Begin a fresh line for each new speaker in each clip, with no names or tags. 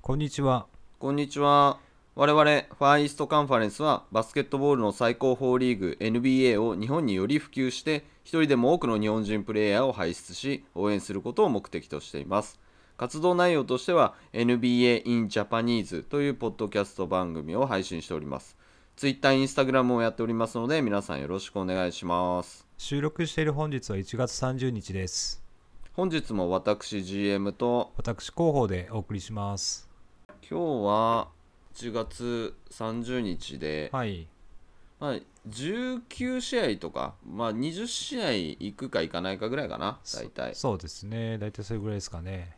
こんにちは。
こんにちは。我々、ファーイーストカンファレンスは、バスケットボールの最高峰リーグ NBA を日本により普及して、一人でも多くの日本人プレイヤーを輩出し、応援することを目的としています。活動内容としては、NBA in Japanese というポッドキャスト番組を配信しております。Twitter、Instagram をやっておりますので、皆さんよろしくお願いします。
収録している本日は1月30日です。
本日も私 GM と、
私広報でお送りします。
今日は1月30日で、
はい。
まあ、19試合とか、まあ、20試合行くか行かないかぐらいかな、大体。
そそうですね。大体それぐらいですかね。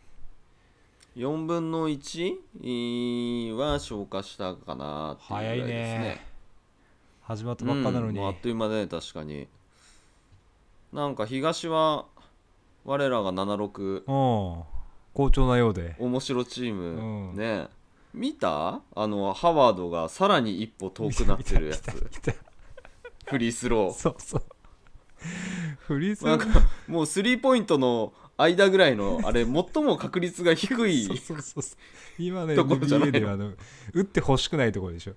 4分の1は消化したかなっていうぐら
早
いです
いね
ね。
始まったばっかなのに。
うんもうあっという間だね、確かに。なんか東は、我らが76、
うん。好調なようで。
面白チーム、
うん
ね。見たあの、ハワードがさらに一歩遠くなってる やつ、
来た来
フリース
た
ロ
そうそう。フリース
ー。なんか、もうスリーポイントの間ぐらいの、あれ、最も確率が低 い。
そうそうそうそう。今の
ところじゃない
NBA ではあの打ってほしくないところでしょ。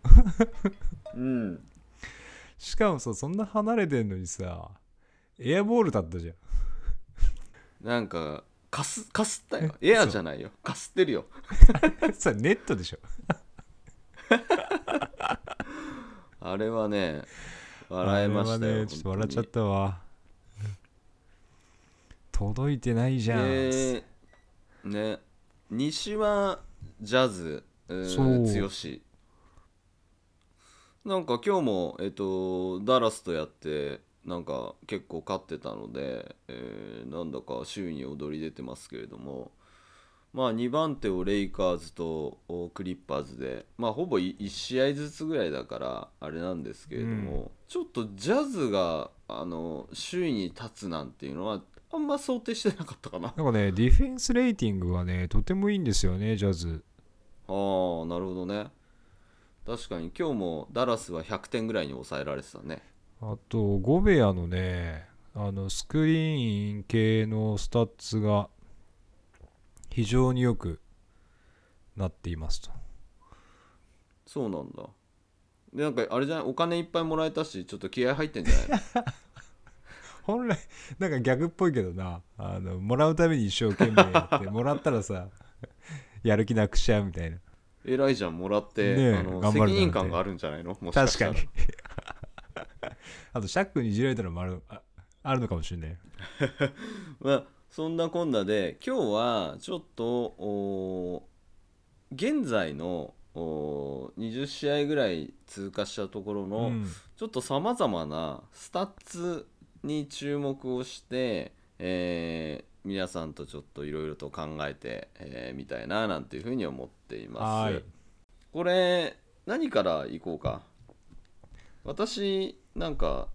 うん、
しかもさ、そんな離れてんのにさ、エアボールだったじゃん。
なんかかすかすったよエアじゃないよかすってるよ
さ、ネットでしょ。
あれはね笑えまし
あ
た
れは
よ、
ね、ちょっと笑っちゃった わ。届いてないじ
た
ゃん。
でね西はジャズ
そう
強しなんか今日もえっとダラスとやってなんか結構勝ってたので、えーなんだか周囲に躍り出てますけれどもまあ2番手をレイカーズとおクリッパーズでまあほぼ1試合ずつぐらいだからあれなんですけれども、
う
ちょっとジャズがあの周囲に立つなんていうのはあんま想定してなかったかなあ
なんかね、ディフェンスレーティングはね、とてもいいんですよね、ジャズ。
あなるほどね確かに今日もダラスは100点ぐらいに抑えられてたね
あと、ゴベアのね、あのスクリーン系のスタッツが非常によくなっていますと。
そうなんだでなんかあれじゃないお金いっぱいもらえたしちょっと気合入ってんじゃないの
本来、なんか逆っぽいけどな、あのもらうために一生懸命やって、もらったらさ、 やる気なくしちゃうみたいな。
偉いじゃんもらって、
ねえ
あの
頑張るなん
責
て
任感があるんじゃないのもしか
確
した
からにあとシャックにいじられたのもあるああるのかもしれない
まあ、そんなこんなで今日はちょっとおー現在のおー20試合ぐらい通過したところの、
うん
ちょっとさまざまなスタッツに注目をして、えー皆さんとちょっといろいろと考えてみ、えーみたいななんていうふうに思っていま
は
す
い。
これ何からいこうか私なんか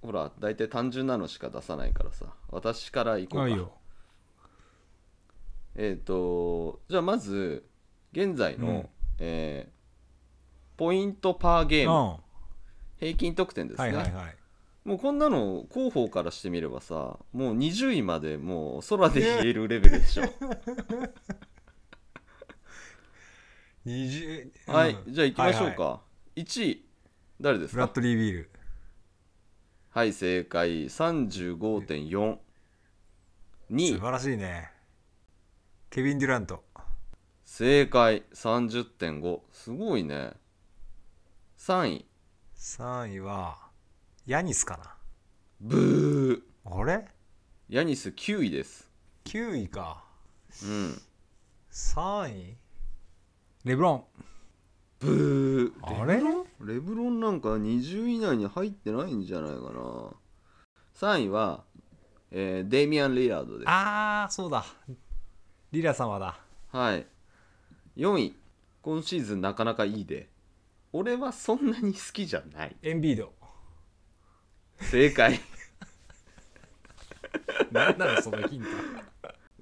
ほら大体単純なのしか出さないからさ私からいこうか
はいよ
えっ、とじゃあまず現在の、
うん
えーポイントパーゲ
うん
ーム
は
平均得点で
い
すね、
はいはい
もうこんなの広報からしてみればさもう20位までもう空で消えるレベルで しょ
20
はい
うん
じゃあ行きましょう
はい
か、
は
1位誰です
フラッ
か
トリービール
はい正解35.42
素
位
晴らしいねケビン・デュラント
正解30.5すごいね3位
3位はヤニスかな
ブ
あれ
ーヤニス9位です
9位か
うん
3位レブロン
ブー
あれ
レブロンなんか20位以内に入ってないんじゃないかな3位は、えーデイミアン・リラードです
ああそうだリラ様だ
はい4位今シーズンなかなかいいで俺はそんなに好きじゃない
エンビード
正解
なんなのそのヒント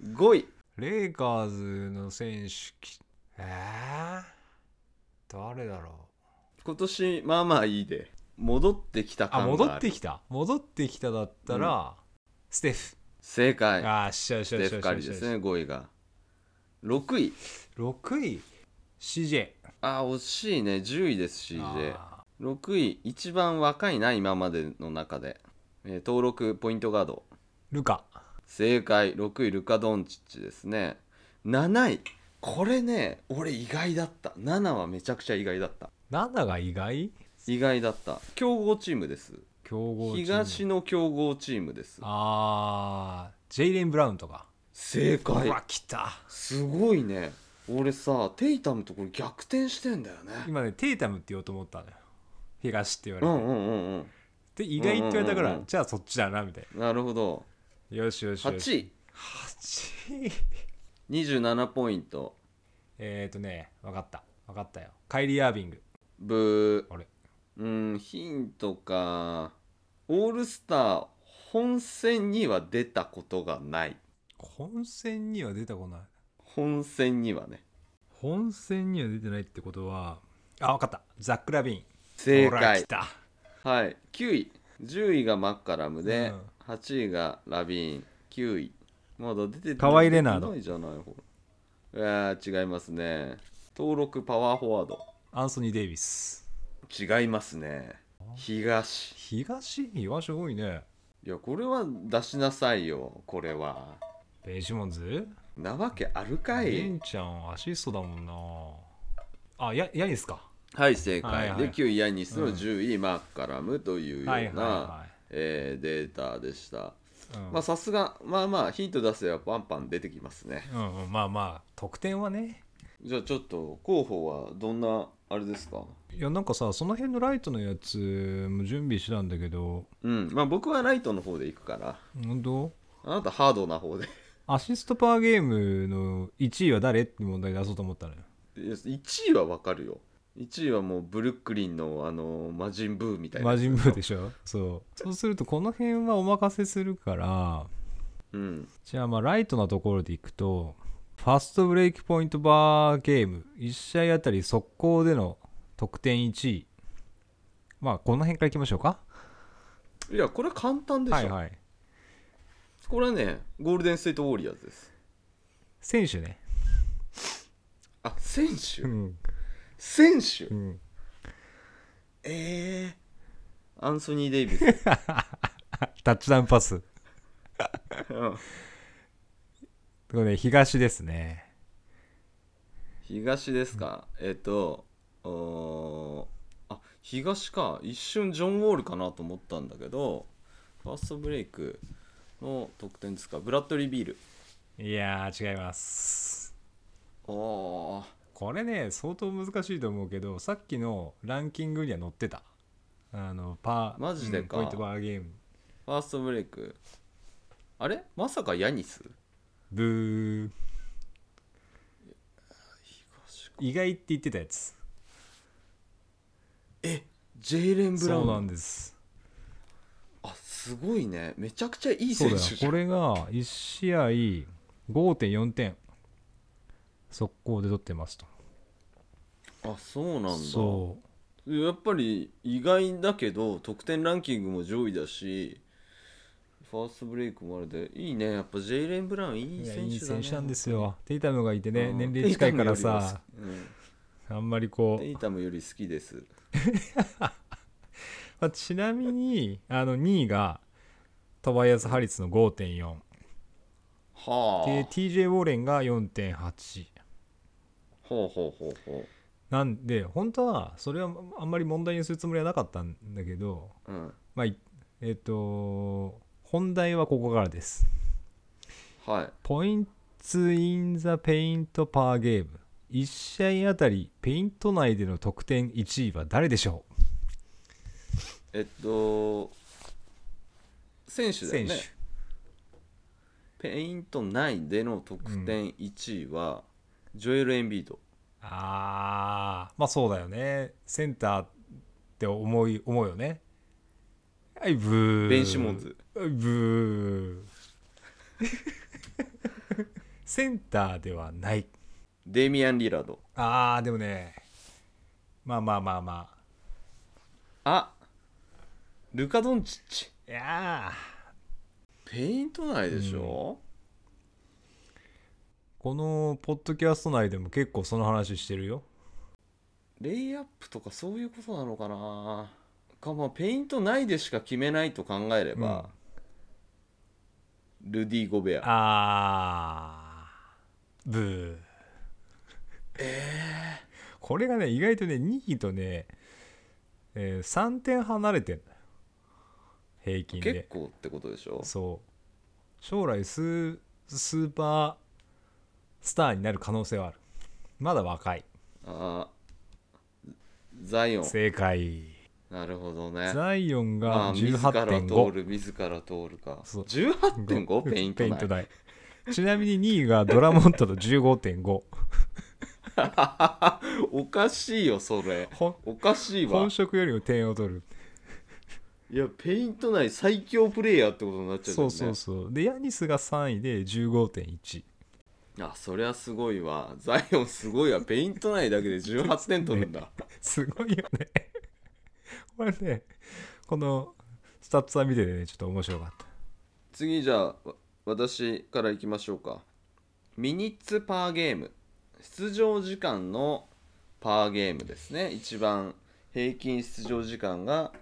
5位
レイカーズの選手き、えー、誰だろ
今年まあまあいいで戻ってきた
うあ、
感がある
戻ってきた。戻ってきただったら、ステフ。
正解
あー、しゃしゃ
ステ
し
フ・
ゃ
カリーで
し
すね
ゃ。
5位が6位
6位 CJ
あー惜しいね10位ですし
あ
6位一番若いな今までの中で、えー登録ポイントガード
ールカ
正解6位ルカ・ドンチッチですね7位これね俺意外だった7はめちゃくちゃ意外だった
7が意外
意外だった強豪チームです
強豪チーム
東の強豪チームです
あージェイレン・ブラウンとか
正
う
解
わ来た
すごいね俺さテイタムとこれ逆転してんだよね
今ねテイタムって言おうと思ったのよ東って言われ
う
て、
んうんうんうん
で意外って言われたから、
うんうんうんうん
じゃあそっちだなみたい
なるほど
なよしよしよし
8位
8位
27ポイント
えっとね分かった分かったよカイリー・アービング
ブー
あれ
うんヒントかオールスター本戦には出たことがない
本戦には出たこない
本戦にはね
本戦には出てないってことはあ分かったザック・ラビン
正
ほら来
解
た
はい9位10位がマッカラムで、
うん
8位がラビーン9位まだ出て
河合レナード
出てないじゃないほらいやー違いますね登録パワーフォワー
アンソニー・デイビス
ド違いますね東
東東多いね
いやこれは出しなさいよこれは
ベンシモンズ
なわけあるか
ベ
い
ンちゃんアシストだもんなあやヤニスか
はい正解、
はいはい
で9位ヤニス
う
の
ん
10位、マッカラムというような、
はいはいは
えーデータでした
い、うん
まあさすがまあまあヒント出せばパンパン出てきますね
うんうん、まあまあ得点はね
じゃあちょっと候補はどんなあれですか
いやなんかさその辺のライトのやつも準備してたんだけど
うんまあ僕はライトの方で行くから
本当
あなたハードな方で
アシストパーゲームの1位は誰って問題出そうと思ったのよ
いや1位はわかるよ1位はもうブルックリンのあの魔人ブーみたいな
魔人ブーで
し
しょそうそうするとこの辺はお任せするから
ょうん
じゃあまあライトなところでいくとファストブレイクポイントバーゲーム1試合あたり速攻での得点1位まあこの辺からいきましょうか
いやこれ簡単でしょ、
はいはい
これはねゴールデンステートウォリアーズです
選手ね
あ選手、
うん
選手
うん
ええアンソニー・デイビス
タッチダウンパス
うん
これね東ですね
東ですか、えっとおーあ東か一瞬ジョン・ウォールかなと思ったんだけどファーストブレイクの得点ですかブラッドリー・ビール
いやー違います
ああ
これね相当難しいと思うけどさっきのランキングには載ってたあのパー
マジでか
うんポイントバーゲーム
ファーストブレイクあれまさかヤニス
ブー意外って言ってたやつ
ジェイレン・ブラ
そうな
ウ
ん
ン
です
あすごいねめちゃくちゃいい
そう
選
だ
手
よ
じゃ
こ
ん
れが1試合5.4点速攻で取ってますと
あそうなんだ
そう
やっぱり意外だけど得点ランキングも上位だしファーストブレイクもあれでいいねやっぱジェイレン・ブラウンいい
いや
選手だ、ね、
いい選手なんですよテイタムがいてね
うん
年齢近いからさ、あんまりこう
テイタムより好きですうんテイタムより好きです
まあ、ちなみにあの2位がトバイアス・ハリスの5.4
はあ
で TJ ウォーレンが4.8
ほうほうほうほ
なんで本当はそれはあんまり問題にするつもりはなかったんだけど
う、うん、
まあいえっ、と本題はここからです
はい
ポイントインザペイントパーゲーム1試合あたりペイント内での得点1位は誰でしょう
えっと選手だ
選
よね
手
ペイント内での得点1位は、ジョエル・エンビード
あーまあそうだよねセンターって思い思うよねはいブー
ベン・シモンズ
はいブー センターではない
デミアン・リラード
あーでもねまあまあまあま
あルカ・ドンチッチ
あいやー
ペイント内でしょ、
このポッドキャスト内でも結構その話してるよ
レイアップとかそういうことなのかなかまあペイントないでしか決めないと考えれば、ルディ・ゴベア
あーブーええこれがね意外とね2位とね、えー3点離れてんだよ平均
結
で
構ってことでしょ
そう将来スースーパースターになる可能性はあるまだ若い
あーザイオン
正解
なるほどね
ザイオン
まあ
が
自ら通
18.5
る自ら通るか
そう
18.5ペイントない
代ちなみに2位がドラモンタと15.5
おかしいよそれ
ほ
おかしいわ
本職よりも点を取る
いやペイントない最強プレイヤーってことになっちゃうじゃ
そ
ん
う
ね
そうそうでヤニスが3位で15.1
あそりゃすごいわ ザイオンすごいわペイント内だけで18点取るんだ
すごいよね これねこのスタッツは見ててねちょっと面白かった
次じゃあわ私からいきましょうかミニッツパーゲーム出場時間のパーゲームですね一番平均出場時間が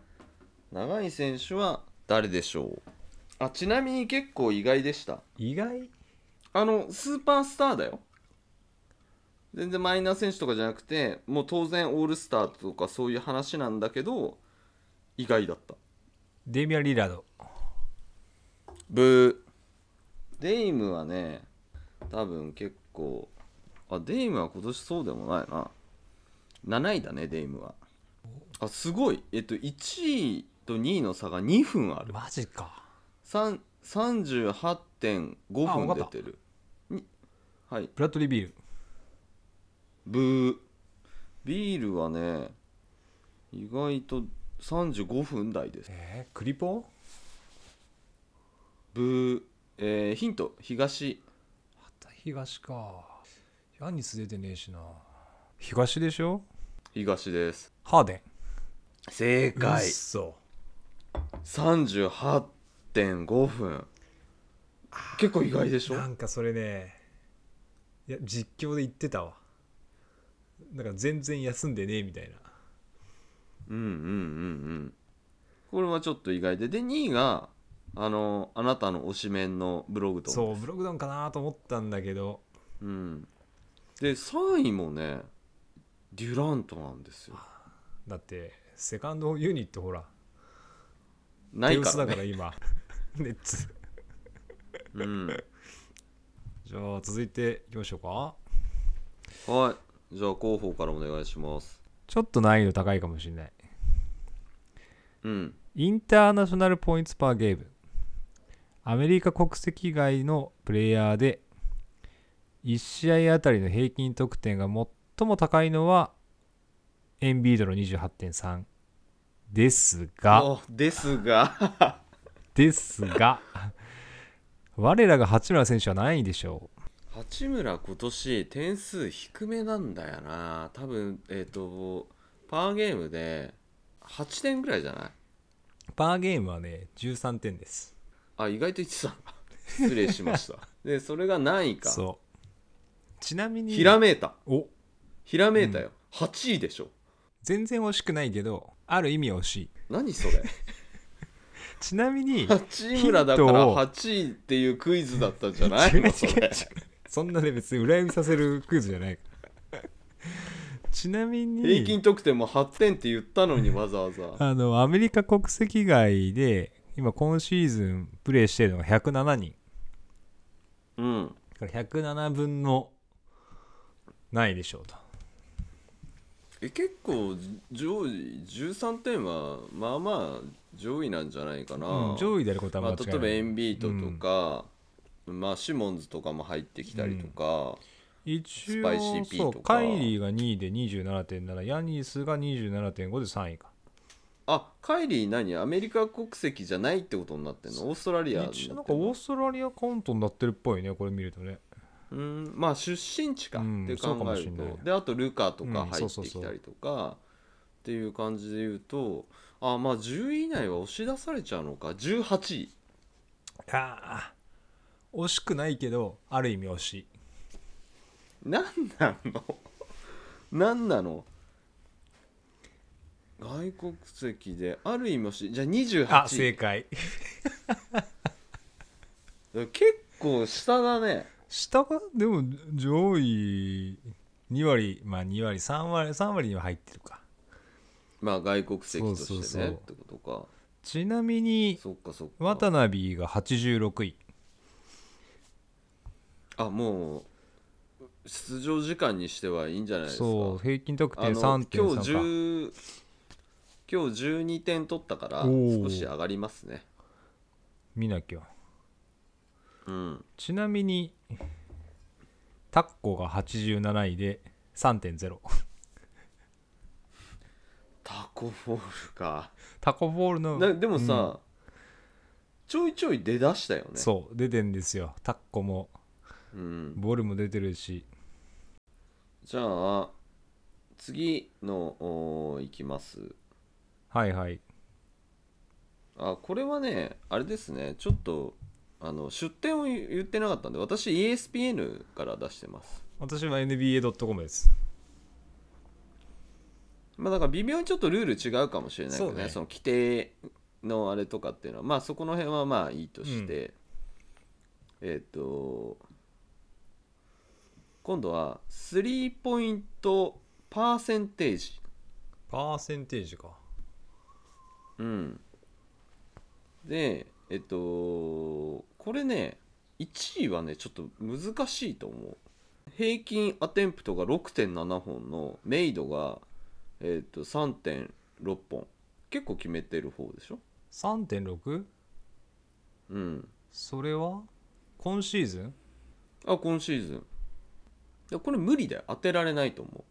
長い選手は誰でしょうあちなみに結構意外でした
意外
あのスーパースターだよ全然マイナー選手とかじゃなくてもう当然オールスターとかそういう話なんだけど意外だった
デミアン・リラード
ブーデイムはね多分結構あデイムは今年そうでもないな7位だねデイムはあすごいえっと1位と2位の差が2分ある
マジか
さん
あ
38.5
わ
分
か
出
った
てるにはい
ブラッドリー・ビール
ブービールはね意外と35分台です
えー、クリポン
ブーえーヒント東
また東かヤニス出てねえしな東でしょ
東です
ハーデン
正
うっそ
38.5分結構意外でしょ
なんかそれねいや実況で言ってたわなんか全然休んでねえみたいな
うんうんうんうんこれはちょっと意外でで2位があのあなたの推しメンのブログと
そうブログドンかなと思ったんだけど
う、ん、で3位もねデュラントなんですよ
だってセカンドユニットほら
な
手
いか
薄
ら
だ
ね
から今 ネッツ
うん
じゃあ続いていきましょうか
はいじゃあ広報からお願いします
ちょっと難易度高いかもしれない
うん
インターナショナルポイントパーゲーム。アメリカ国籍外のプレイヤーで、1試合あたりの平均得点が最も高いのは、エンビードの28.3。ですが、
おですが
ですが、 我らが八村選手は何位でしょう
八村今年点数低めなんだよな多分えっ、とパーゲームで8点ぐらいじゃない
パーゲームはね、13点です。
あ意外と言ってた失礼しま したでそれが何位か
そう。ちなみに、
ひらめいた
お
ひらめいたよ、8位でしょ
全然惜しくないけど、ある意味惜しい。
何そ れ
ちなみ に、
八村だか
ヒン
ら
トを
8位っていうクイズだったんじゃない
違う違う 違
の
う
それ
そんなね別に羨みさせるクイズじゃないちなみに
平均得点も8点って言ったのにわざわざ
あのアメリカ国籍外で今今シーズンプレーしてるのが107人
うん
だから107分のないでしょうと
え結構上位13点はまあまあ上位なんじゃないかな、
うん上位であること
ま
は
あ、
間違
例えばエ
いない、
ンビートとか、まあ、シモンズとかも入ってきたりとか、
一
スパイシー
応
P
そ
と
う
か
カイリーが2位で27.7ヤニスが27.5で3位か
あカイリー何アメリカ国籍じゃないってことになってんのオーストラリアになって
一
ん
応
の
なんかオーストラリアカウントになってるっぽいねこれ見るとね
うんまあ出身地かっ
うん
て
そ
考
うかも
え
し
る
んない
とであとルカとか
うん
入
そう
っ
そう
て
そ
き
う
たりとかっていう感じで言うとあまあ10位以内は押し出されちゃうのか18位
ああ惜しくないけどある意味惜しい
何なの何なの外国籍である意味もしじゃあ28
あ正解
結構下だね
下がでも上位2割まあ2割3割3割には入ってるか
まあ外国籍として
そ
ね
うそうそう
ってことか
ちなみに
そっかそっか
渡辺が86位
あもう出場時間にしてはいいんじゃないですか
そう平均得
あ
点
の今日
3.3か
10今日12点取ったから
おー
少し上がりますね
見なきゃ
うん
ちなみにタッコが87位で3.0
タコボールか
タコボールの
なでもさ、ちょいちょい出だしたよね
そう出てんですよタッコも
う、ん、
ボールも出てるし
じゃあ次のおーいきます
はいはい
あこれはねあれですねちょっとあの出店を言言ってなかったんで私 ESPN から出してます
私は NBA.com です
まあだから微妙にちょっとルール違うかもしれないけど
そう
ね
ね
その規定のあれとかっていうのはまあそこの辺はまあいいとして、えっ、と今度はスリーポイントパーセンテージ
パーセンテージか
うんでえっ、とこれね1位はねちょっと難しいと思う平均アテンプトが6.7本のメイドが、えっと3.6本結構決めてる方でしょ
3.6?
うん
それは今シーズン
あ今シーズンいやこれ無理だよ当てられないと思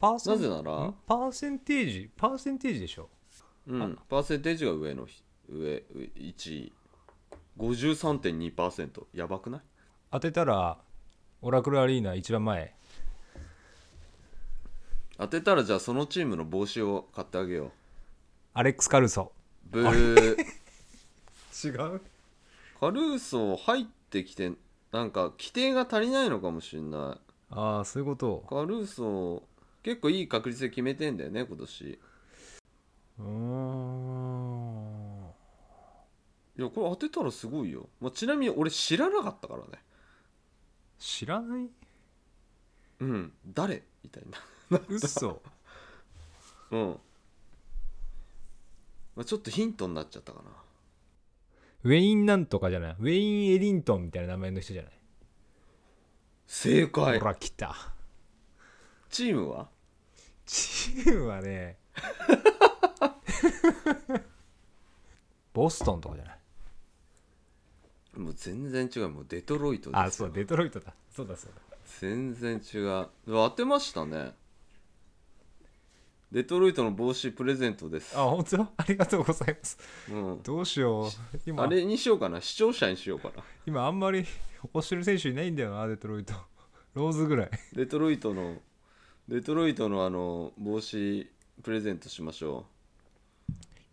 パー
う
セ
な
ン
ぜなら
んパーセンテージパーセンテージでしょ
うん、パーセンテージが上のひ上上1位53.2%やばくない
当てたらオラクルアリーナ一番前
当てたらじゃあそのチームの帽子を買ってあげよう
アレックス・カルソ
ブー
違う
カルーソ入ってきてなんか規定が足りないのかもしれない
ああそういうこと
カルーソ結構いい確率で決めてんだよね今年
うーん
いやこれ当てたらすごいよ、まあ、ちなみに俺知らなかったからね
知らない
うん誰みたいな
嘘
うん、まあ、ちょっとヒントになっちゃったかな
ウェインなんとかじゃないウェイン・エリントンみたいな名前の人じゃない、
正解
ほら来た
チームは
チームはねボストンとかじゃない
もう全然違うもうデトロイトですよ
あそうデトロイトだそうだそうだ
全然違う当てましたねデトロイトの帽子プレゼントです
あ本当ありがとうございます
うん、
どうしよう今
あれにしようかな視聴者にしようかな
今あんまり推してる選手いないんだよなデトロイトローズぐらい
デトロイトのデトロイトのあの帽子プレゼントしましょ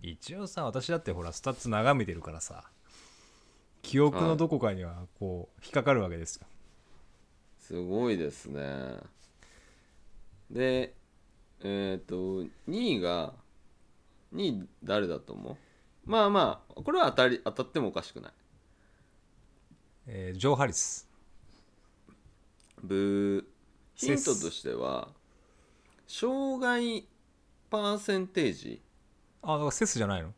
一応さ私だってほらスタッツ眺めてるからさ記憶のどこかにはこう引っかかるわけですよ、
うすごいですねでえっ、と2位が2位誰だと思うまあまあこれは当たり当たってもおかしくない
えージョー・ハリス
ブーヒン
セ
ト
ス
としては障害パーセンテージ
あだからセスじゃないの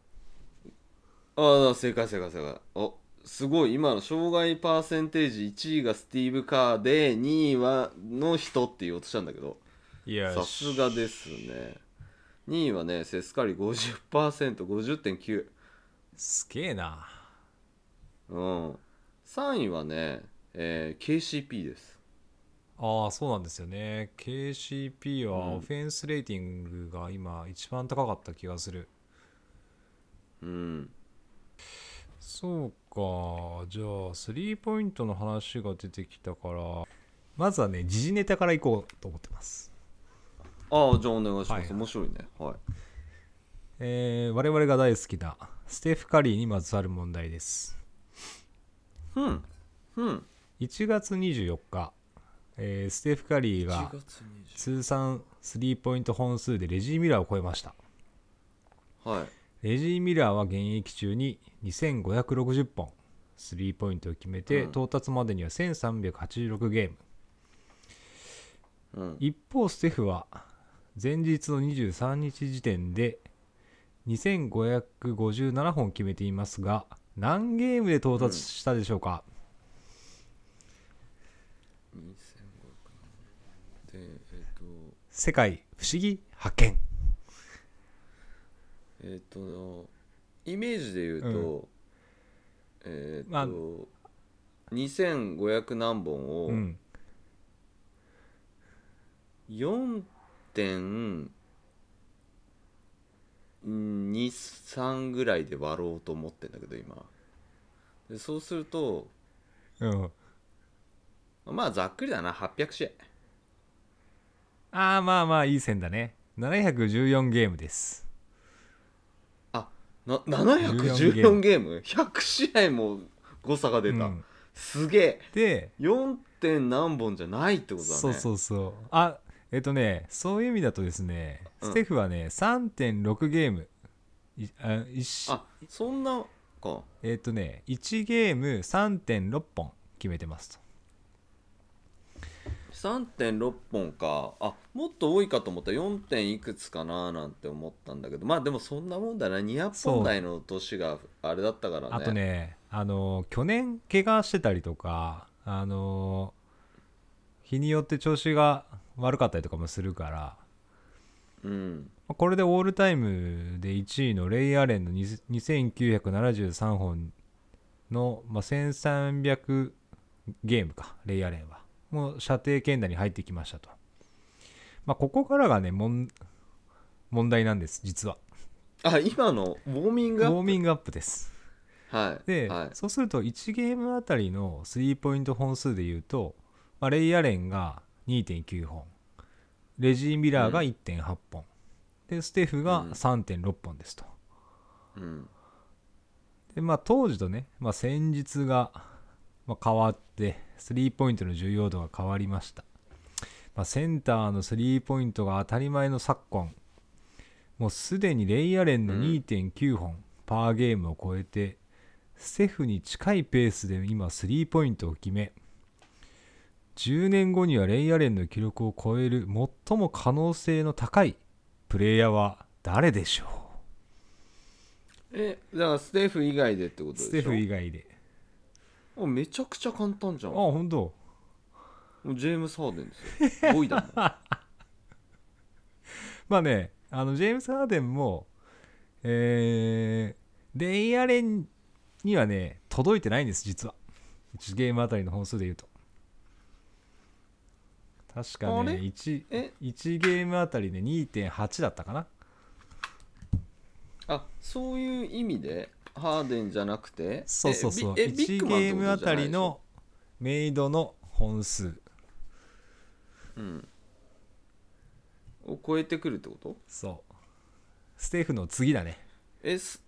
ああ正解正解正解おすごい今の障害パーセンテージ1位がスティーブ・カーで2位はの人って言おうとしたんだけど
いや
さすがですね2位はねセスカリ 50%50.9
すげえな
うん3位はね、えー KCP です
ああそうなんですよね KCP は
うん
オフェンスレーティングが今一番高かった気がする、
うん
そうかじゃあスリーポイントの話が出てきたからまずはね時事ネタからいこうと思ってます
ああじゃあお願いします、
はい
面白いねはい
えー我々が大好きなステフ・カリーにまつわる問題です
うんうん
1月24日えーステフ・カリーが
1月20
通算スリーポイント本数でレジー・ミラーを超えました
はい
レジー・ミラーは現役中に2560本スリーポイントを決めて、
うん
到達までには1386ゲーム
うん
一方ステフは前日の23日時点で2557本決めていますが何ゲームで到達したでしょうか、
2500でえっ、と
世界不思議発見
えっ、とイメージで言うと、えっ、
まあ
と、2500何本を
うん
4.23ぐらいで割ろうと思ってんだけど今でそうすると
うん
まあざっくりだな800試合
ああまあまあいい線だね714ゲームです
な714ゲーム100試合も誤差が出た、
うん
すげえ
で
4. 点何本じゃないってことだね
そうそうそうあえっとねそういう意味だとですね、
うん
ステフはね3.6ゲームいあいし
あそんなか
えっとね1ゲーム3.6本決めてますと
3.6本かあもっと多いかと思った4点いくつかななんて思ったんだけどまあでもそんなもんだな200
そう
本台の年があれだったからね
あとねあの去年怪我してたりとかあの日によって調子が悪かったりとかもするから
うん
まあこれでオールタイムで1位のレイ・アレンの2000 2973本の、まあ、1300ゲームかレイ・アレンはもう射程圏内に入ってきましたと、まあ、ここからがねもん問題なんです実は
あ今のウォーミン
ウ
グアッ
ォーミングアップです
プはい
で、
はい、
そうすると1ゲームあたりのスリーポイント本数でいうと、まあ、レイアレンが2.9本レジー・ミラーが1.8本、でステフが
うん
3.6本ですと、
うん、
でまあ当時とね、まあ、戦術が、まあ、変わってスリーポイントの重要度が変わりました、まあ、センターのスリーポイントが当たり前の昨今もうすでにレイアレンの
うん
2.9本パーゲームを超えて、ステフに近いペースで今スリーポイントを決め10年後にはレイアレンの記録を超える最も可能性の高いプレイヤーは誰でしょ
えだからステフ以外でってこと
う
でしょ
ステフ以外で
あめちゃくちゃ簡単じゃ
あ
んも
本当
うジェームス・ハーデンですよ5位だもん
まあね、あのジェームス・ハーデンも、えーレイアレンにはね、届いてないんです、実は。1ゲームあたりの本数で言うと。確かね
あれ
1,
え
1ゲームあたりで2.8だったかな。
あそういう意味でハーデンじゃなくて
そうそうそう。
えビえビッ
1
グ
ゲ
マンって
ー
こと
ムあたり
じゃないで
のメイドの本数。
しょうんを超えてくるってこと
そう。ステフの次だね。
えす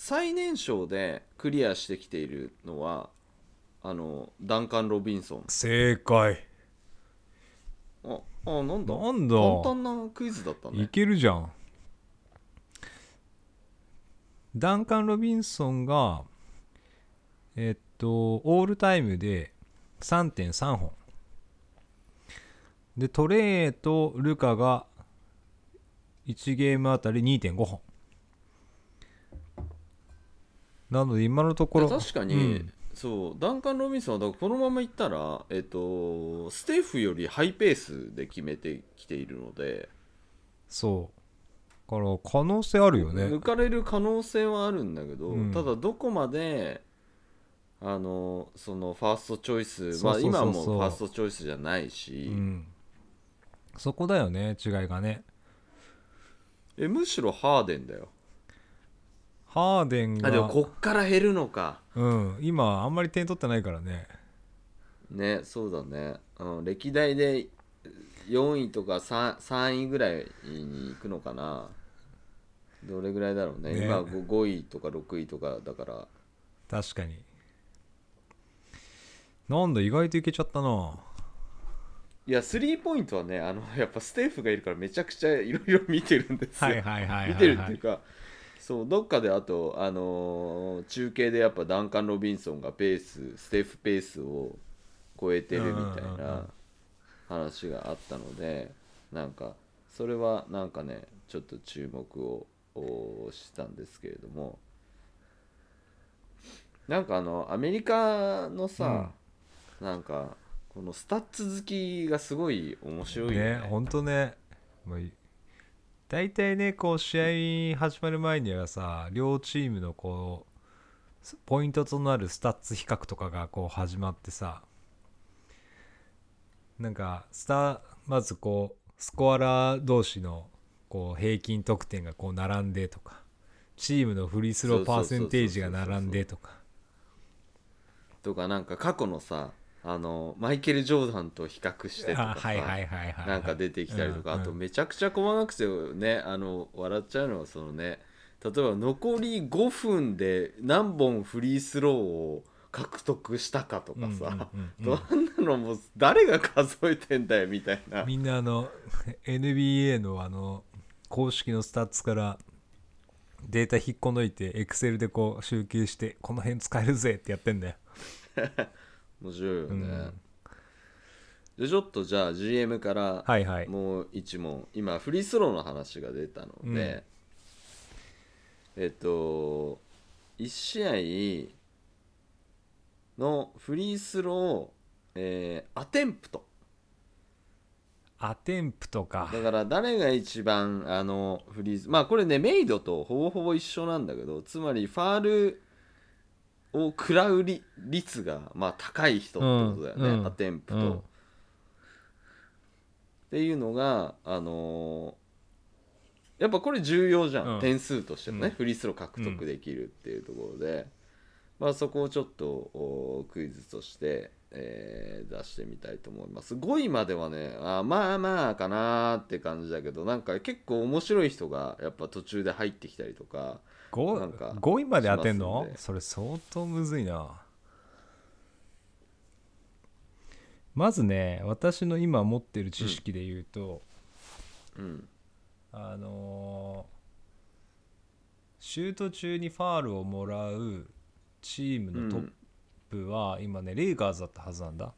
最年少でクリアしてきているのはあのダンカン・ロビンソン
正解。
ああなんだ
なんだ
簡単なクイズだった
い
ね
けるじゃんダンカン・ロビンソンがえっとオールタイムで3.3本でトレーとルカが1ゲームあたり2.5本なので今のところ
確かに、
うん
そうダンカン・ロビンソンはだからこのままいったら、えっと、ステーフよりハイペースで決めてきているので、
そうだから可能性あるよね
抜かれる可能性はあるんだけど、
うん
ただどこまであのそのファーストチョイス
そうそうそ
まあ
うそう
今はもうファーストチョイスじゃないし、
うんそこだよね違いがね
えむしろハーデンだよ
ハーデンが
あでもこっから減るのか
うん、今あんまり点取ってないからね。
ねそうだね、うん、歴代で4位とか 3, 3位ぐらいに行くのかなどれぐらいだろうね
ね
今 5, 5位とか6位とかだから
確かに。なんだ、意外といけちゃったな。
いや、スリーポイントはね、あの、やっぱステーフがいるからめちゃくちゃいろいろ見てるんですよ。
はいはいはいはい、はい。
見てるっていうか、そう、どっかであと、あのー中継でやっぱダンカン・ロビンソンがペース、ステーフペースを超えてるみた
う
い
んうんうんう
なん話があったので、なんか、それはなんかね、ちょっと注目をおしたんですけれども、なんかあの、アメリカのさ、なんか、このスタッツ好きがすごい面白いよ
ねほんとねまあい大体ねこう試合始まる前にはさ両チームのこうスポイントとなるスタッツ比較とかがこう始まってさなんかスタまずこうスコアラー同士のこう平均得点がこう並んでとかチームのフリースローパーセンテージが並んでとか
とかなんか過去のさあのマイケル・ジョーダンと比較してと
あ
かさ
はいはいはいはい
なんか出てきたりとか、
うんうん
あとめちゃくちゃ細かくてねあの笑っちゃうのはそのね例えば残り5分で何本フリースローを獲得したかと
う
かさ、
んうんうんうん
どんなのもう誰が数えてんだよみたいな
みんなあの NBA のあの公式のスタッツからデータ引っこ抜いて Excel でこう集計してこの辺使えるぜってやってんだよ。
面白いよね、
うん
でちょっとじゃあ GM から
はいはい。
もう一問今フリースローの話が出たので、えっと1試合のフリースロー、えーアテンプト
アテンプとか。
だから誰が一番あのフリースまあこれねメイドとほぼほぼ一緒なんだけどつまりファールを食らうり率がまあ高い人ってことだよね、
うんうん
アテンプと、
うん
っていうのがあのーやっぱこれ重要じゃん、
うん
点数としてもね、
うん
フリースロー獲得できるっていうところで、まあ、そこをちょっとおクイズとして、えー出してみたいと思います5位まではねあーまあまあかなーって感じだけどなんか結構面白い人がやっぱ途中で入ってきたりとかな
5,
んか
位まで当てん
しま
の
すんで
それ相当むずいな。まずね私の今持ってる知識で言うと、
うん
あのーシュート中にファールをもらうチームのトップトップは今ねレイカーズだったはずなんだ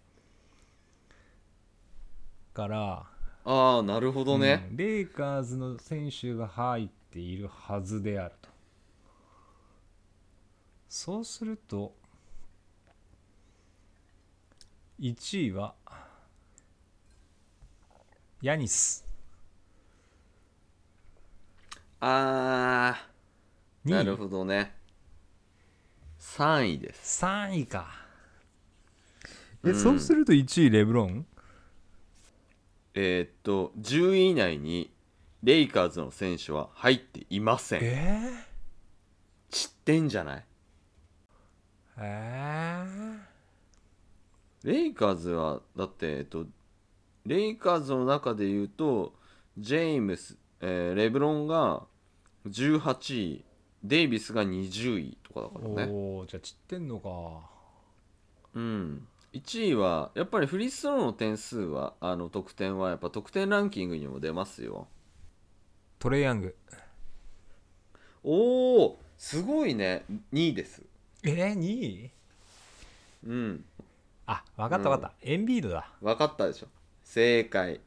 から、
ああなるほどね、
うんレイカーズの選手が入っているはずであるとそうすると1位はヤニス
ああなる
2位
ほどね3位です
3位かえ、そうすると1位レブロン
えーっと10位以内にレイカーズの選手は入っていません
えー
散ってんじゃない
えー
レイカーズはだって、えっと、レイカーズの中で言うとジェームス、えーレブロンが18位デイビスが20位とかだからね
おおじゃあ散ってんのか
うん1位はやっぱりフリースローの点数はあの得点はやっぱ得点ランキングにも出ますよ
トレイヤング
おおすごいね2位です
えー、2位
うん
あ分かった分かった、エンビードだ
分かったでしょ正解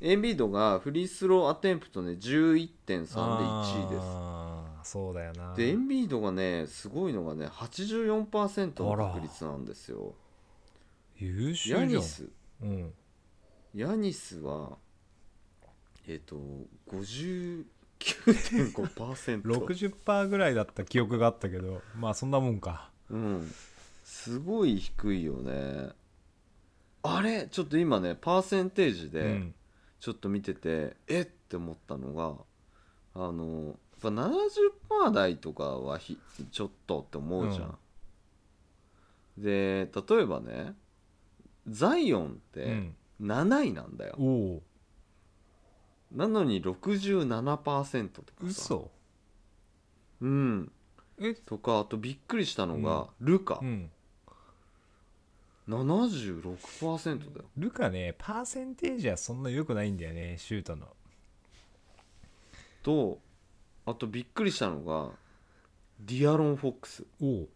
エンビードがフリースローアテンプトね11.3で1位です
すそうだよな
でエンビードがねすごいのがね84%の確率なんですよ
優秀じゃ
ヤ
ん
ニス
うん、
ヤニスはえっ、と59.5%
60%ぐらいだった記憶があったけどまあそんなもんか
うんすごい低いよねあれちょっと今ねパーセンテージで、
うん
ちょっと見ててえっって思ったのがあのやっぱ70%台とかはひちょっとって思うじゃん。で例えばねザイオン
う
って
ん
7位なんだよ、
おお
なのに67%とかさ
嘘
うん
え
とかあとびっくりしたのが、ルカ
う、ん
76%だよ
ルカね、パーセンテージはそんな良くないんだよね、シュートの。
とあとびっくりしたのがディアロン・フォックス
おお。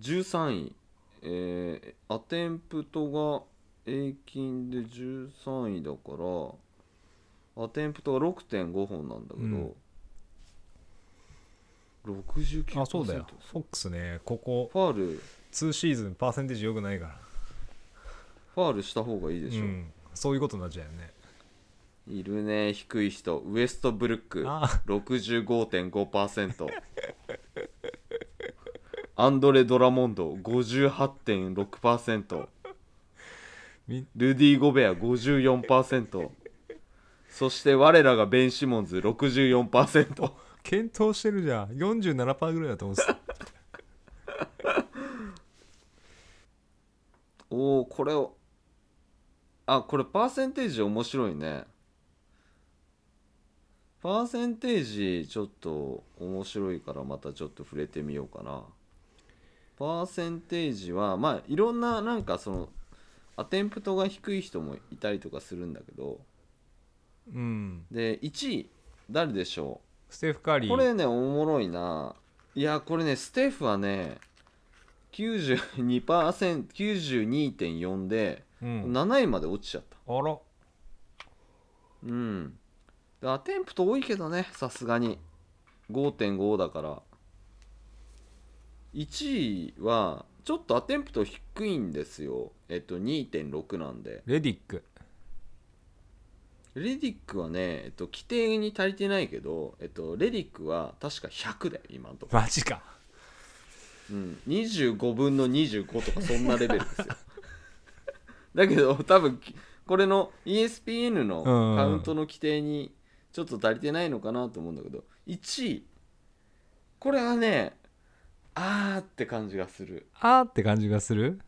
13位、えーアテンプトが平均で13位だからアテンプトが6.5本なんだけど、69%
あ、そうだよ。フォックスね、ここ
ファール
2シーズンパーセンテージ良くないから。
ファールした方がいいで
う
しょ、
ん。そういうことになっちゃうよね。
いるね低い人ウエストブルック
あ
65.5%アンドレ・ドラモンド58.6%
み
ルディ・ゴベア54%そして我らがベン・シモンズ64%
検討してるじゃん。47%ぐらいだと思うんですよ。
おおこれをあこれパーセンテージ面白いねパーセンテージちょっと面白いからまたちょっと触れてみようかなパーセンテージはまあいろんななんかそのアテンプトが低い人もいたりとかするんだけど
うん。
で1位誰でしょ
ステフ・カ
う
リー。
これねおもろいないやこれねステフはね 92%92.4 で
うん。
7位まで落ちちゃった
あら。
うんでアテンプト多いけどねさすがに5.5だから1位はちょっとアテンプト低いんですよえっと2.6なんで
レディック。
レディックはね、えっと、規定に足りてないけど、えっと、レディックは確か100だよ今のとこ
マジか。
うん、25分の25とかそんなレベルですよ だけど多分きこれの ESPN の
うん
カウントの規定にちょっと足りてないのかなと思うんだけど1位これはねあーって感じがする
あーって感じがする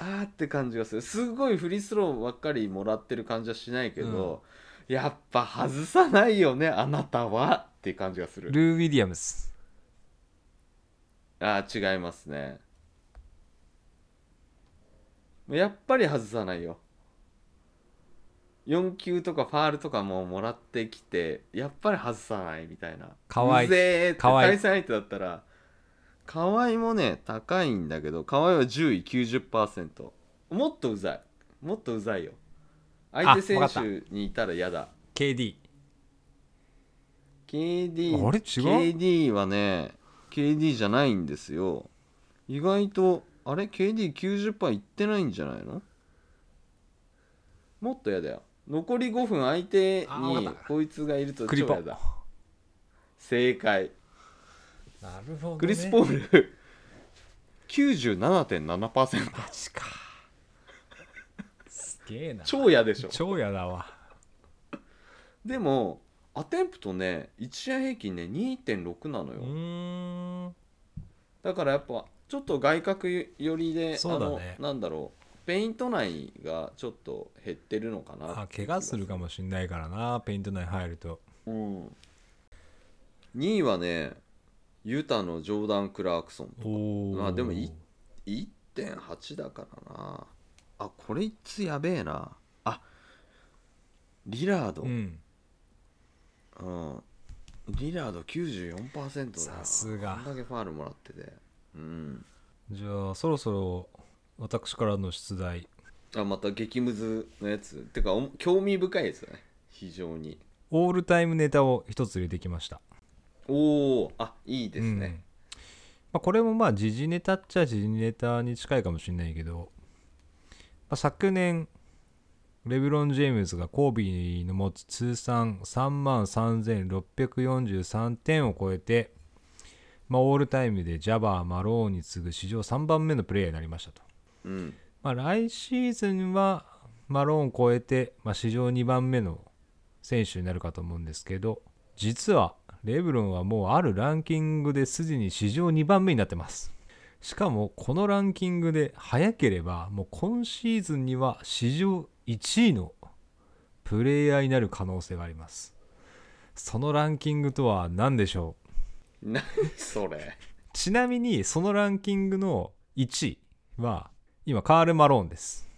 あーって感じがするすごいフリースローばっかりもらってる感じはしないけど、やっぱ外さないよねあなたはって感じがする
ルー・ウィリアムス。
あー違いますねやっぱり外さないよ4球とかファールとかももらってきてやっぱり外さないみたいな
可愛いう
ぜーって
可愛い
対戦相手だったら河合もね高いんだけど河合は10位90%もっとうざいもっとうざいよ相手
わかった
選手にいたら嫌だ
KD。
KD
あれ違う
KD はね KD じゃないんですよ意外とあれ KD90% いってないんじゃないのもっとやだよ残り5分相手
あわか
に
った
こいつがいると
クリ
超
ポ
やだ正解
なるほど、ね。
クリス・ポール97.7%
マジか。すげえな。
超やでしょ
超やだわ。
でもアテンプトね1試合平均ね2.6なの
う
よ
ーん。
だからやっぱちょっと外角寄りで、
そうだね
あのなんだろうペイント内がちょっと減ってるのかな
あ、怪我するかもしんないからな、ペイント内入ると。
うん2位はねユタのジョーダン・クラークソン
おお。
まあでもい1.8だからなあこれいつやべえなあリラード、う
うんん。
リラード94%だな
さすが
こんだけファールもらっててうん
じゃあ、そろそろ私からの出題。
あまた激ムズのやつてかおも興味深いですね非常に
オールタイムネタを一つ入れてきました。
おおあいいです
うん
ね、
まあ、これもまあ時事ネタっちゃ時事ネタに近いかもしれないけど、まあ、昨年レブロン・ジェームズがコービーの持つ通算3万3643点を超えて、まあ、オールタイムでジャバー・マローンに次ぐ史上3番目のプレイヤーになりましたと、
うん
まあ、来シーズンはマローンを超えて、まあ、史上2番目の選手になるかと思うんですけど実はレブロンはもうあるランキングですでに史上2番目になってますしかもこのランキングで早ければもう今シーズンには史上1位のプレイヤーになる可能性がありますそのランキングとは何でしょう
何それ
ちなみにそのランキングの1位は今カール・マローンです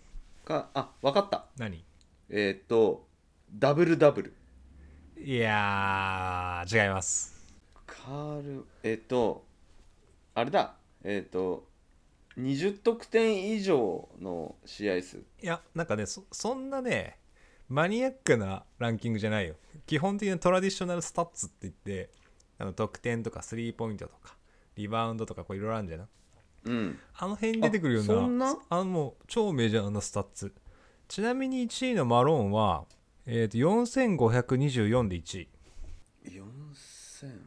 かあ分かった
何
えーっとダブルダブル
いやー違います
カールえーっとあれだえーっと20得点以上の試合数
いやなんかねそそんなねマニアックなランキングじゃないよ基本的なトラディショナルスタッツって言ってあの得点とかスリーポイントとかリバウンドとかこういろいろあるんじゃない
うん
あの辺に出てくるような
あそんな
あのもう超メジャーなスタッツちなみに1位のマローンは、えー、と4524で1位
4000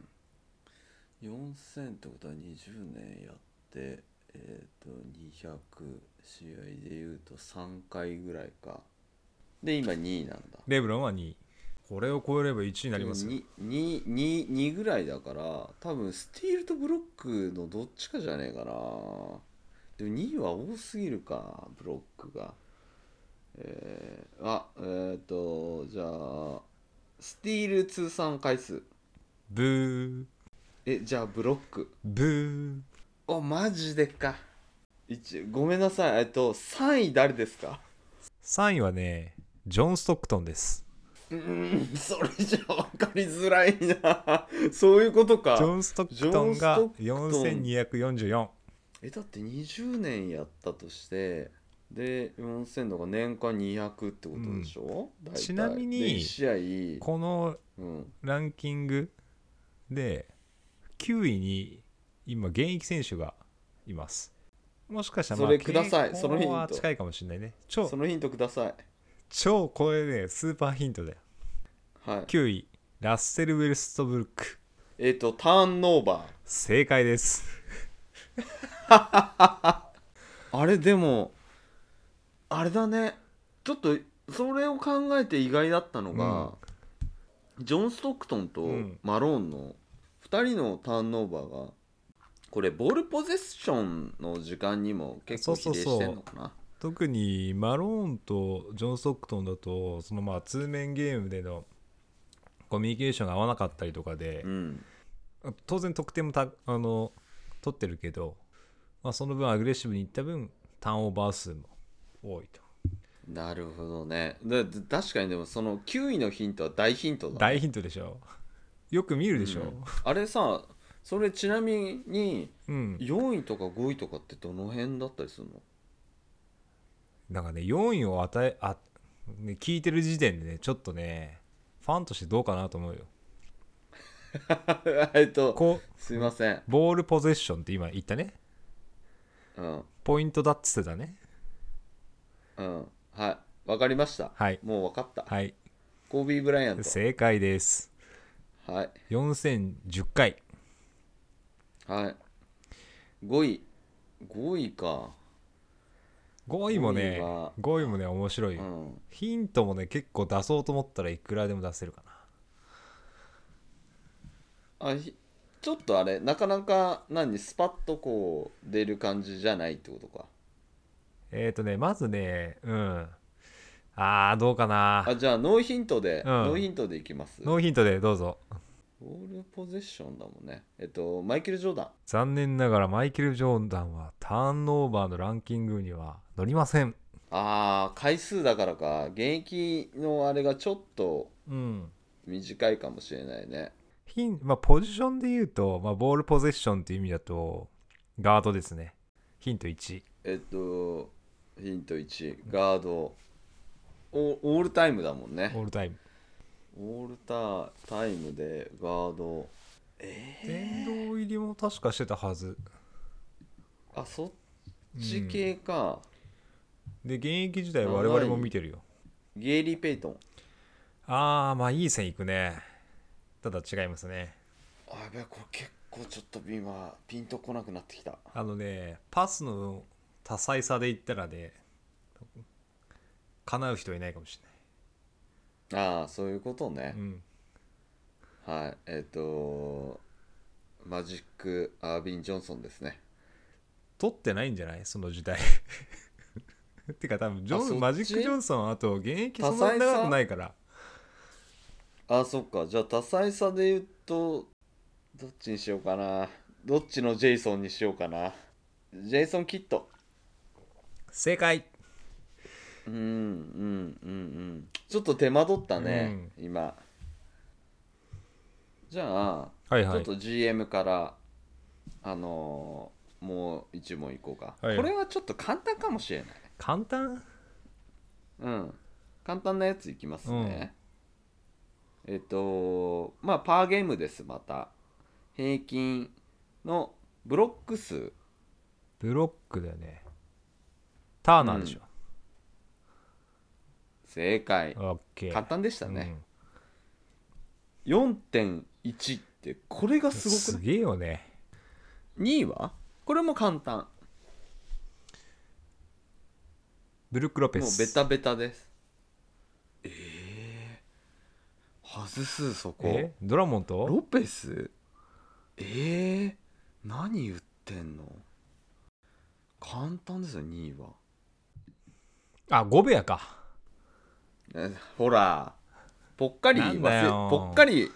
4000ってことは20年やってえっ、と200試合でいうと3回ぐらいかで今2位なんだ
レブロンは2位これを超えれば1位になりますよ
2, 2, 2ぐらいだから多分スティールとブロックのどっちかじゃねえかなでも2位は多すぎるかブロックがえー、あえっ、とじゃあスティール通算回数
ブー
えじゃあブロック
ブ
おマジでか一ごめんなさいえっと3位誰ですか
ー3位はねジョン・ストックトンです
うーんそれじゃ分かりづらいな そういうことか
ジョン・ストックトンが
ジョンストックトン
4244
えだって20年やったとしてで4000とか年間200ってことでしょ、大体
ちなみに
で1試合、
この
うん、
ランキングで9位に今現役選手がいますもしかしたらまあ
それください
傾向
そのヒント
は近いかもしれないね超
そのヒントください
超これねスーパーヒントだよ
はい
9位ラッセル・ウェルストブルック
えっとターンオーバ
正解です
ーあれでもあれだねちょっとそれを考えて意外だったのが、ジョン・ストックトンと
うん
マローンの2人のターンオーバーがこれボールポゼッションの時間にも結構比
そう
例
そうそう
してんのかな
特にマローンとジョン・ストックトンだとそのまあ通面ゲームでのコミュニケーションが合わなかったりとかで、
うん
当然得点もたあの取ってるけど、まあ、その分アグレッシブにいった分ターンオーバー数も多いと
なるほどねだだ確かにでもその9位のヒントは大ヒントだ
大ヒントでしょよく見るでしょ
あれさそれちなみに
うん、
4位とか5位とかってどの辺だったりするの
なんかね4位を与えあ、ね、聞いてる時点でねちょっとねファンとしてどうかなと思うよ
えっと
こう
すいません、
ボールポゼッションって今言ったね
うん
ポイントだっつってたね
うんはいわかりました、
はい
もうわかった、
はい
コービー・ブライアント
正解です
はい
4010回
はい5位5位か
5位もね
5位は
5位もね面白いうよ、
ん
ヒントもね結構出そうと思ったらいくらでも出せるかな
あひちょっとあれなかなか何スパッとこう出る感じじゃないってことか
えっ、とねまずねうんあーどうかな
あじゃあノーヒントで、
うん
ノーヒントでいきます
ノーヒントでどうぞ
ボールポゼッションだもんね。えっと、マイケル・ジョーダン。
残念ながらマイケル・ジョーダンはターンオーバーのランキングには乗りません
ああ、回数だからか。現役のあれがちょっと
うん
短いかもしれないね。
ヒンまあポジションで言うと、まあ、ボールポゼッションっていう意味だとガードですねヒント1
えっと、ヒント1、ガード。オオールタイムだもんね
オ。ールタイム
オールタタイムでガード。
殿堂入りも確かしてたはず
あ、そっち系か。
で現役時代我々も見てるよ
ゲイリー・ペイトン。
あーまあいい線いくねただ違いますね
あ、やべえ、これ結構ちょっと今、ピンとこなくなってきた。
あのね、パスの多彩さで言ったらね、叶う人はいないかもし
ああ、そういうことね。
れない。うん。
はい、えっ、とマジック・アービン・ジョンソンですね。
取ってないんじゃないその時 代。てか多分ジ
あそっ
ョ
ち
ン、マジック・ジョンソン、あと現役そんなに
多彩さ
長くないから。
あ、そっか。じゃあ多彩さで言うと、どっちにしようかな。どっちのジェイソンにしようかな。ジェイソン・キッド。
正解
うんうんうんうんちょっと手間取ったね、今じゃ
は
あ、
いは
ちょ
い
っと GM からあのーもう一問いこうか、
はい
これはちょっと簡単かもしれない
簡単
うん簡単なやついきますね、えっとまあパーゲームですまた平均のブロック数
ブロックだよねターナーでしょ、
正解
オッケー
簡単でしたね、
うん
4.1ってこれがすごく
す
ない
げえよね
2位はこれも簡単
ブルック・ロペ
もう
ス
ベタベタですえー、外すそこ
えドラモンと
ロペスえー、何言ってんの簡単ですよ2位は
あゴベアか
え ほらぽっかり
なんだよ
忘れぽっかり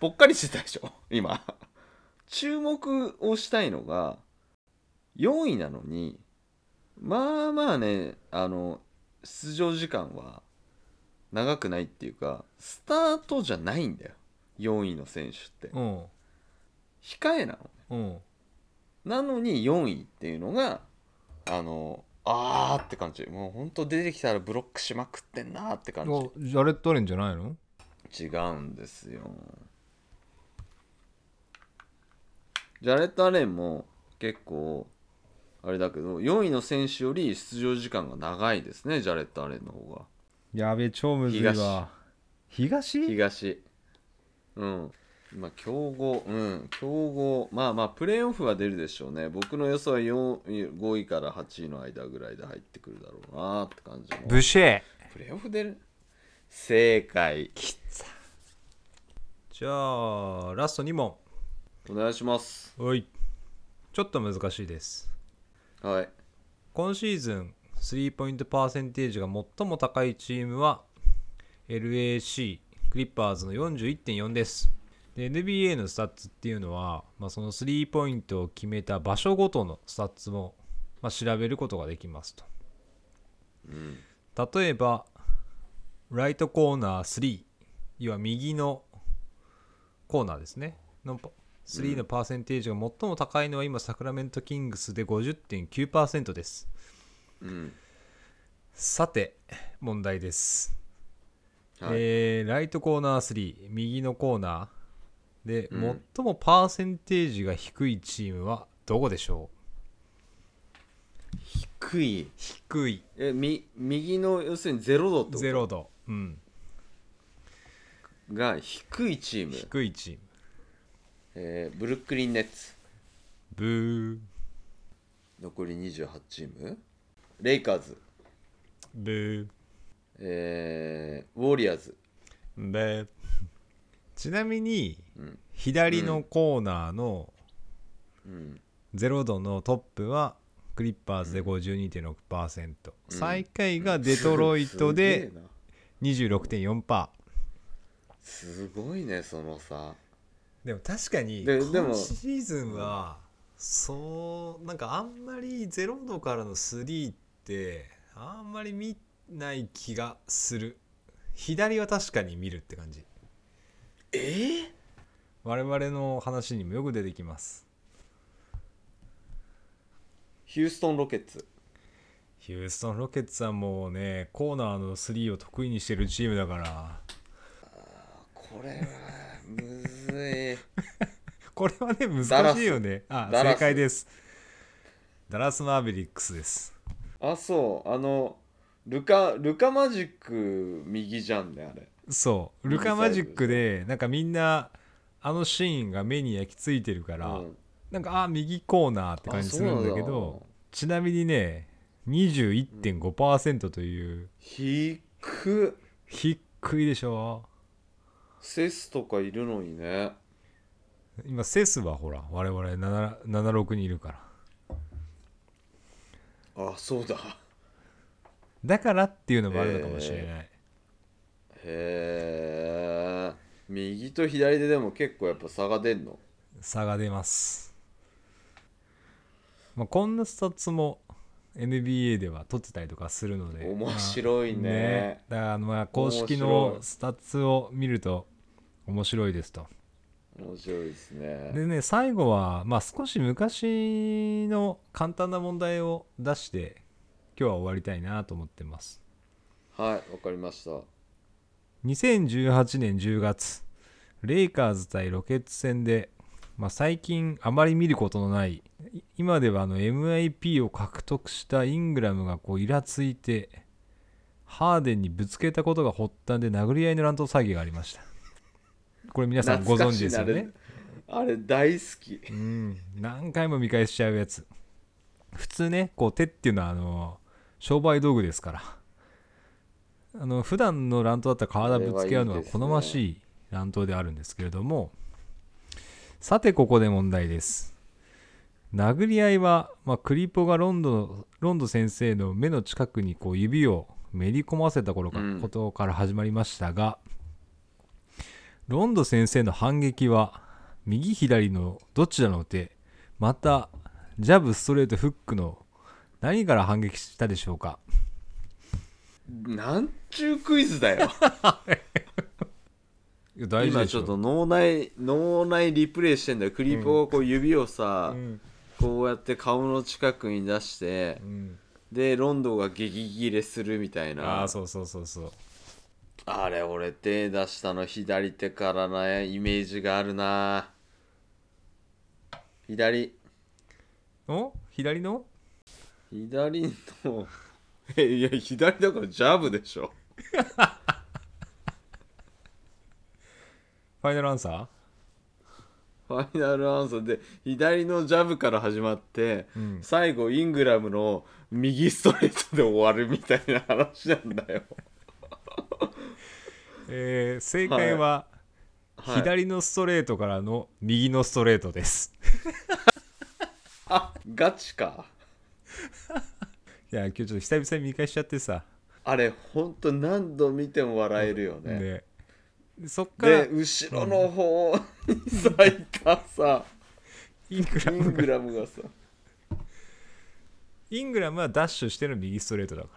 ぽっかりしてたでしょ 今注目をしたいのが4位なのにまあまあねあの出場時間は長くないっていうかスタートじゃないんだよ4位の選手って
うん
控えなの
うん
なのに4位っていうのがあのあーって感じもうほんと出てきたらブロックしまくってんなーって感じ
おジャレット・アレンじゃないの
違うんですよジャレット・アレンも結構あれだけど4位の選手より出場時間が長いですねジャレット・アレンの方が
やべえ超む
ずいわ
東
東うんまあ強豪うん強豪まあまあプレーオフは出るでしょうね僕の予想は4 5位から8位の間ぐらいで入ってくるだろうなって感じの
ブシェ
プレーオフ出る正解
じゃあラスト2問
お願いします
はいちょっと難しいです
はい
今シーズンスリーポイントパーセンテージが最も高いチームは LAC クリッパーズの41.4ですで NBA のスタッツっていうのは、まあ、そのスリーポイントを決めた場所ごとのスタッツも、まあ、調べることができますと
うん
例えばライトコーナー3要は右のコーナーですねのパ3のパーセンテージが最も高いのは今サクラメントキングスで50.9%です
うん
さて問題です、
はい
えーライトコーナー3右のコーナーで、
うん
最もパーセンテージが低いチームはどこでしょう
低い
低い
えみ右の要するに0度ってこと
0度、うん、
が低いチーム、
低いチーム
えーブルックリン・ネッツ
ブー
残り28チームレイカーズ、
ブー
えーウォリアーズ
でちなみに
うん
左のコーナーの
うん
0度のトップはクリッパーズで52.6%、最下位がデトロイトで26.4%、
すげえなすごいねそのさ
でも確かに
ででも
今シーズンはそうなんかあんまり0度からの3ってあんまり見ない気がする左は確かに見るって感じ
えー、
我々の話にもよく出てきます
ヒューストン・ロケッツ
ヒューストン・ロケッツはもうねコーナーの3を得意にしてるチームだから
これはむずい
これはね
ダラ
難
ス
しいよねあ
ダラ
正
ス
解ですダラス・マーベリックスです
あそうあのルカルカマジック右じゃんねあれ
そうルカ・マジックでなんかみんなあのシーンが目に焼き付いてるから、
うん
なんかあ右コーナーって感じするんだけ
あそうなん
ど
だ
ちなみにね21.5%という
低っ
低いでしょ
セスとかいるのにね
今セスはほら我々7 76にいるから
あそうだ
だからっていうのもあるのかもしれない、
へえ右と左ででも結構やっぱ差が出んの
差が出ます、まあ、こんなスタッツも NBA では取ってたりとかするので
面白いね
まあだからあのまあ公式
面
の
白い
スタッツを見ると面白いですと
面白いですね
でね最後は、まあ、少し昔の簡単な問題を出して今日は終わりたいなと思ってます
はいわかりました
2018年10月レイカーズ対ロケッツ戦で、まあ、最近あまり見ることのないい今ではあの MIP を獲得したイングラムがこうイラついてハーデンにぶつけたことが発端で殴り合いの乱闘騒ぎがありましたこれ皆さんご存
懐かし
知
い
ですよ
な
ね
あれあれ大好き
うん何回も見返しちゃうやつ普通ねこう手っていうのはあの商売道具ですからあの普段の乱闘だったら体ぶつけ合うの
あれ
が
はいいです
好
ね
ましい乱闘であるんですけれどもさてここで問題です殴り合いは、まあ、クリポがロンドのロンド先生の目の近くにこう指をめり込ませた頃か、
うん
ことから始まりましたがロンド先生の反撃は右左のどちらの手またジャブストレートフックの何から反撃したでしょうか
なんちゅうクイズだよ
いや 大事
今
で
ち
し
ょっ
ょ
と脳内脳内リプレイしてんだよクリープをこう指をさ、
うん
こうやって顔の近くに出して
うん
でロンドが激切れするみたいな
ああそうそうそうそう
あれ俺手出したの左手からなイメージがあるな左
お左の
左の えいや左だからジャブでしょ
ファイナルアンサー
ファイナルアンサーで左のジャブから始まって、
うん
最後イングラムの右ストレートで終わるみたいな話なんだよ、
えー正解は、
はい、
左のストレートからの右のストレートです。
あガチか
いや今日ちょっと久々に見返しちゃってさ、
あれほんと何度見ても笑えるよね、
ね、そっから
で後ろの方に咲いたさ
イング
イ
ラ
ン
ム
グ
が
ラムがさ
イングラムはダッシュしての右ストレートだか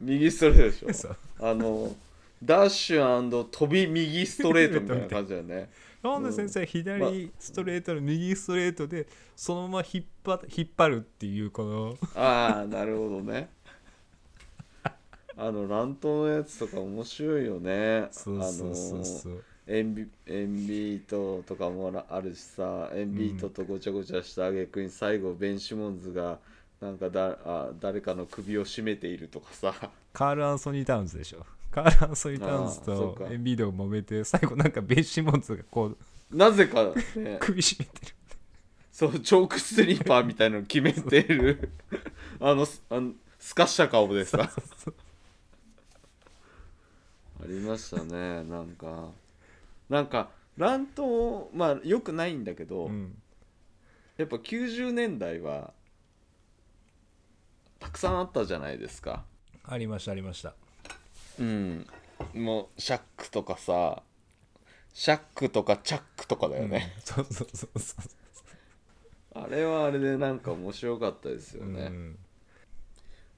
右ストレートでしょ
ら そう
あのダッシュ飛び右ストレートみたいな感じだよ ね
ロンドン先生は
まあ
左ストレートの右ストレートでそのまま引っ張引っ張るっていうこの
ああなるほどねあの乱闘のやつとか面白いよね
そうそうそうそう
あのエンビエンビートとかもあるしさエンビートとごちゃごちゃした挙句に最後ベン・シモンズがなんかだあ誰かの首を絞めていると かさ
カール・アンソニー・タウンズでしょカール・アンソニー・タウンズ
あーそう
と
か
エンビードが揉めて最後なんかベン・シモンズがこう
なぜかね
首絞めてる
そう、チョークスリーパーみたいなの決めてる あの、すあの、すかした顔でさ。ありましたね、なんか。なんか、乱闘、まあ、よくないんだけど、
うん
やっぱ90年代は、たくさんあったじゃないですか。
ありましたありました
うん。もう、シャックとかさ、シャックとかチャックとかだよね。
そうそうそうそう
あれはあれでなんか面白かったですよね。
うん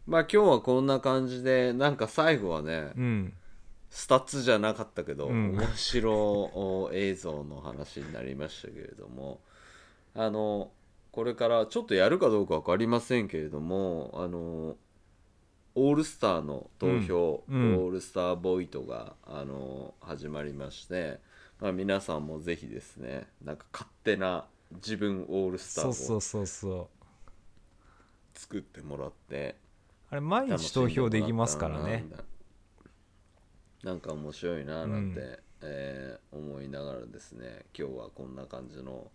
まあ今日はこんな感じで、なんか最後はね、
うん、
スタッツじゃなかったけど、
うん
面白映像の話になりましたけれどもあのこれからちょっとやるかどうか分かりませんけれどもあのオールスターの投票、
うんうん
オールスターボイトがあの始まりまして、まあ、皆さんもぜひですねなんか勝手な自分オールスタ
そう
ー
そ
を
うそうそう
作ってもらって
あれ毎日投票できますから
楽し
ね
んでもらったななんか面白いななんて、
うん
えー思いながらですね今日はこんな感じの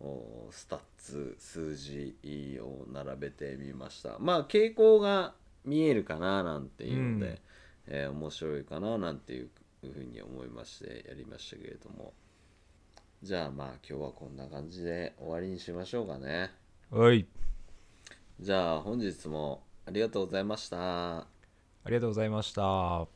おスタッツ数字を並べてみましたまあ傾向が見えるかななんていうので、
うん
えー面白いかななんていうふうに思いましてやりましたけれどもじゃあまあ今日はこんな感じで終わりにしましょうかね
はい
じゃあ本日もありがとうございました。
ありがとうございました